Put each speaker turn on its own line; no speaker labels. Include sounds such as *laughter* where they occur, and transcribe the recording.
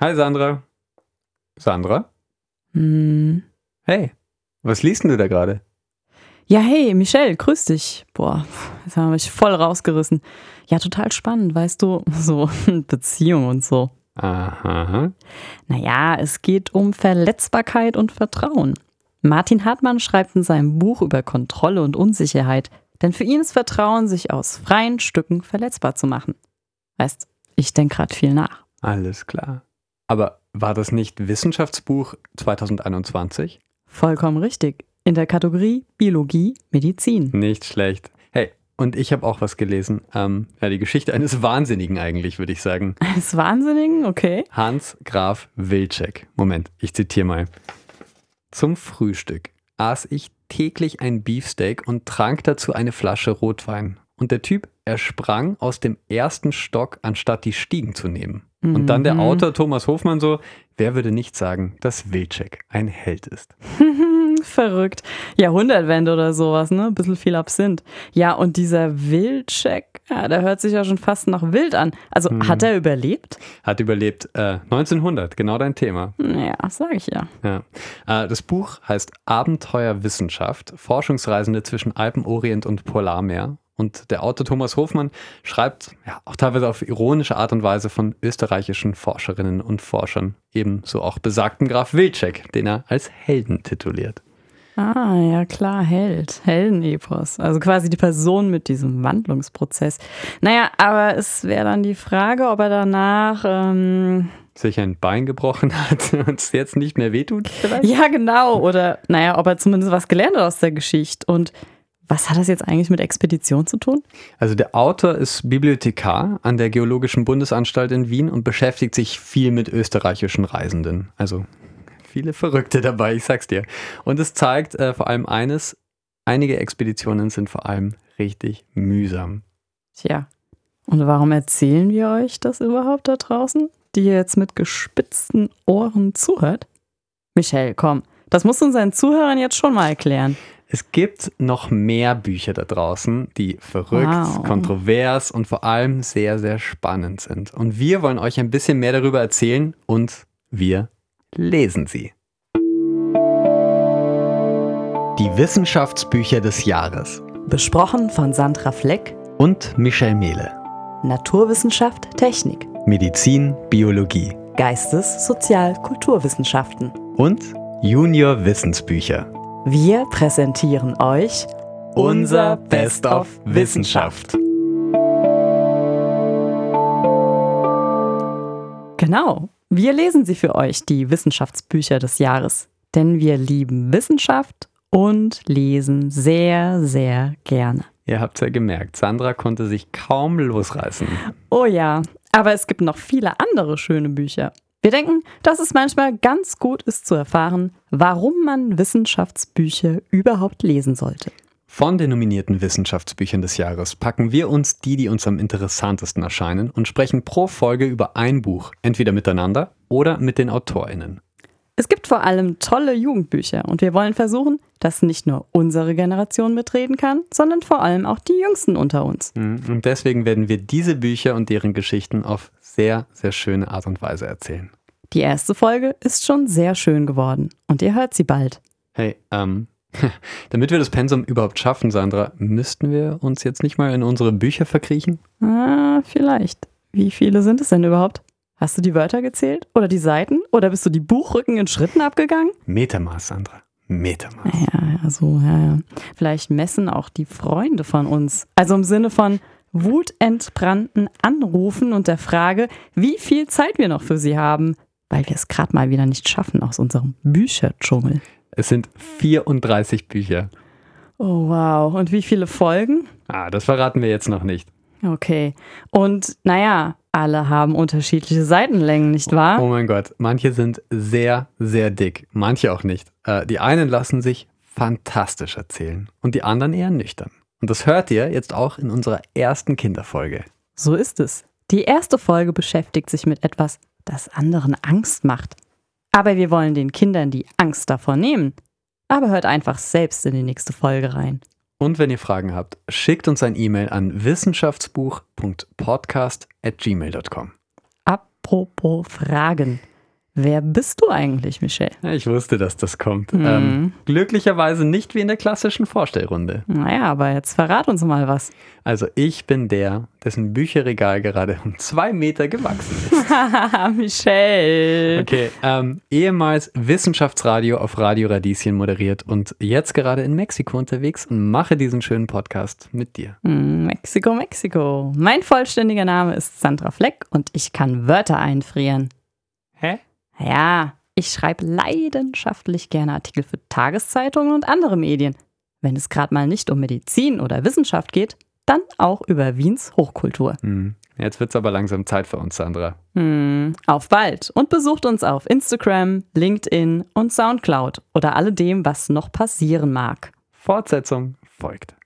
Hi Sandra. Sandra?
Hm.
Hey, was liest denn du da gerade?
Ja, hey, Michelle, grüß dich. Boah, jetzt haben wir mich voll rausgerissen. Ja, total spannend, weißt du, *laughs* so Beziehung und so.
Aha.
Naja, es geht um Verletzbarkeit und Vertrauen. Martin Hartmann schreibt in seinem Buch über Kontrolle und Unsicherheit, denn für ihn ist Vertrauen, sich aus freien Stücken verletzbar zu machen. Weißt, ich denke gerade viel nach.
Alles klar. Aber war das nicht Wissenschaftsbuch 2021?
Vollkommen richtig. In der Kategorie Biologie, Medizin. *laughs*
Nicht schlecht. Hey, und ich habe auch was gelesen. Ähm, ja, die Geschichte eines Wahnsinnigen eigentlich, würde ich sagen.
Ist Wahnsinnigen, okay.
Hans Graf Wilczek. Moment, ich zitiere mal. Zum Frühstück aß ich täglich ein Beefsteak und trank dazu eine Flasche Rotwein. Und der Typ, er sprang aus dem ersten Stock, anstatt die Stiegen zu nehmen. Und dann der
Mhm.
Autor Thomas Hofmann so, wer würde nicht sagen, dass Wilczek ein Held ist?
Verrückt. Jahrhundertwende oder sowas, ne? Bisschen viel Absinth. Ja, und dieser Wildcheck, ja, der hört sich ja schon fast nach wild an. Also hat er überlebt?
Hat überlebt äh, 1900, genau dein Thema.
Ja, sag ich ja.
Ja. Äh, Das Buch heißt Abenteuerwissenschaft, Forschungsreisende zwischen Alpen, Orient und Polarmeer. Und der Autor Thomas Hofmann schreibt ja, auch teilweise auf ironische Art und Weise von österreichischen Forscherinnen und Forschern. Ebenso auch besagten Graf Wilczek, den er als Helden tituliert.
Ah, ja klar, Held. Heldenepos. Also quasi die Person mit diesem Wandlungsprozess. Naja, aber es wäre dann die Frage, ob er danach, ähm,
Sich ein Bein gebrochen hat *laughs* und es jetzt nicht mehr wehtut, vielleicht?
ja genau, oder naja, ob er zumindest was gelernt hat aus der Geschichte. Und was hat das jetzt eigentlich mit Expedition zu tun?
Also der Autor ist Bibliothekar an der Geologischen Bundesanstalt in Wien und beschäftigt sich viel mit österreichischen Reisenden. Also viele Verrückte dabei, ich sag's dir. Und es zeigt äh, vor allem eines, einige Expeditionen sind vor allem richtig mühsam.
Tja, und warum erzählen wir euch das überhaupt da draußen, die ihr jetzt mit gespitzten Ohren zuhört? Michelle, komm, das musst du unseren Zuhörern jetzt schon mal erklären.
Es gibt noch mehr Bücher da draußen, die verrückt,
Wow.
kontrovers und vor allem sehr, sehr spannend sind. Und wir wollen euch ein bisschen mehr darüber erzählen und wir lesen sie. Die Wissenschaftsbücher des Jahres
Besprochen von Sandra Fleck,
und Michel Mehle.
Naturwissenschaft, Technik,
Medizin, Biologie
Geistes-, Sozial-, Kulturwissenschaften.
und Junior Wissensbücher.
Wir präsentieren euch
Unser Best of Wissenschaft.
Genau. Wir lesen sie für euch, die Wissenschaftsbücher des Jahres. Denn wir lieben Wissenschaft und lesen sehr, sehr gerne.
Ihr habt's ja gemerkt, Sandra konnte sich kaum losreißen.
Oh ja, aber es gibt noch viele andere schöne Bücher. Wir denken, dass es manchmal ganz gut ist zu erfahren, warum man Wissenschaftsbücher überhaupt lesen sollte.
Von den nominierten Wissenschaftsbüchern des Jahres packen wir uns die, die uns am interessantesten erscheinen und sprechen pro Folge über ein Buch, entweder miteinander oder mit den AutorInnen.
Es gibt vor allem tolle Jugendbücher und wir wollen versuchen, dass nicht nur unsere Generation mitreden kann, sondern vor allem auch die Jüngsten unter uns.
Und deswegen werden wir diese Bücher und deren Geschichten auf sehr, sehr schöne Art und Weise erzählen.
Die erste Folge ist schon sehr schön geworden und ihr hört sie bald.
Hey, ähm, *laughs* damit wir das Pensum überhaupt schaffen, Sandra, müssten wir uns jetzt nicht mal in unsere Bücher verkriechen?
Ah, vielleicht. Wie viele sind es denn überhaupt? Hast du die Wörter gezählt? Oder die Seiten? Oder bist du die Buchrücken in Schritten abgegangen?
Metermaß, Sandra. Metermaß.
Ja, ja, so, ja, ja. Vielleicht messen auch die Freunde von uns. Also im Sinne von wutentbrannten Anrufen und der Frage, wie viel Zeit wir noch für sie haben, weil wir es gerade mal wieder nicht schaffen aus unserem Bücherdschungel.
Es sind 34 Bücher.
Oh, wow. Und wie viele Folgen?
Ah, das verraten wir jetzt noch nicht.
Okay. Und naja, alle haben unterschiedliche Seitenlängen, nicht wahr?
Oh mein Gott, manche sind sehr, sehr dick, manche auch nicht. Äh, die einen lassen sich fantastisch erzählen und die anderen eher nüchtern. Und das hört ihr jetzt auch in unserer ersten Kinderfolge.
So ist es. Die erste Folge beschäftigt sich mit etwas, das anderen Angst macht. Aber wir wollen den Kindern die Angst davon nehmen. Aber hört einfach selbst in die nächste Folge rein.
Und wenn ihr Fragen habt, schickt uns ein E-Mail an wissenschaftsbuch.podcast.gmail.com.
Apropos Fragen. Wer bist du eigentlich, Michelle?
Ja, ich wusste, dass das kommt. Ähm, glücklicherweise nicht wie in der klassischen Vorstellrunde.
Naja, aber jetzt verrat uns mal was. *laughs*
Also ich bin der, dessen Bücherregal gerade um zwei Meter gewachsen ist.
Haha, Michelle.
Okay, ähm, ehemals Wissenschaftsradio auf Radio Radieschen moderiert und jetzt gerade in Mexiko unterwegs und mache diesen schönen Podcast mit dir.
Mm, Mexiko, Mexiko. Mein vollständiger Name ist Sandra Fleck und ich kann Wörter einfrieren.
Hä?
Ja, ich schreibe leidenschaftlich gerne Artikel für Tageszeitungen und andere Medien. Wenn es gerade mal nicht um Medizin oder Wissenschaft geht, dann auch über Wiens Hochkultur.
Hm. Jetzt wird's aber langsam Zeit für uns, Sandra.
Hm, auf bald und besucht uns auf Instagram, LinkedIn und Soundcloud oder alledem, was noch passieren mag.
Fortsetzung folgt.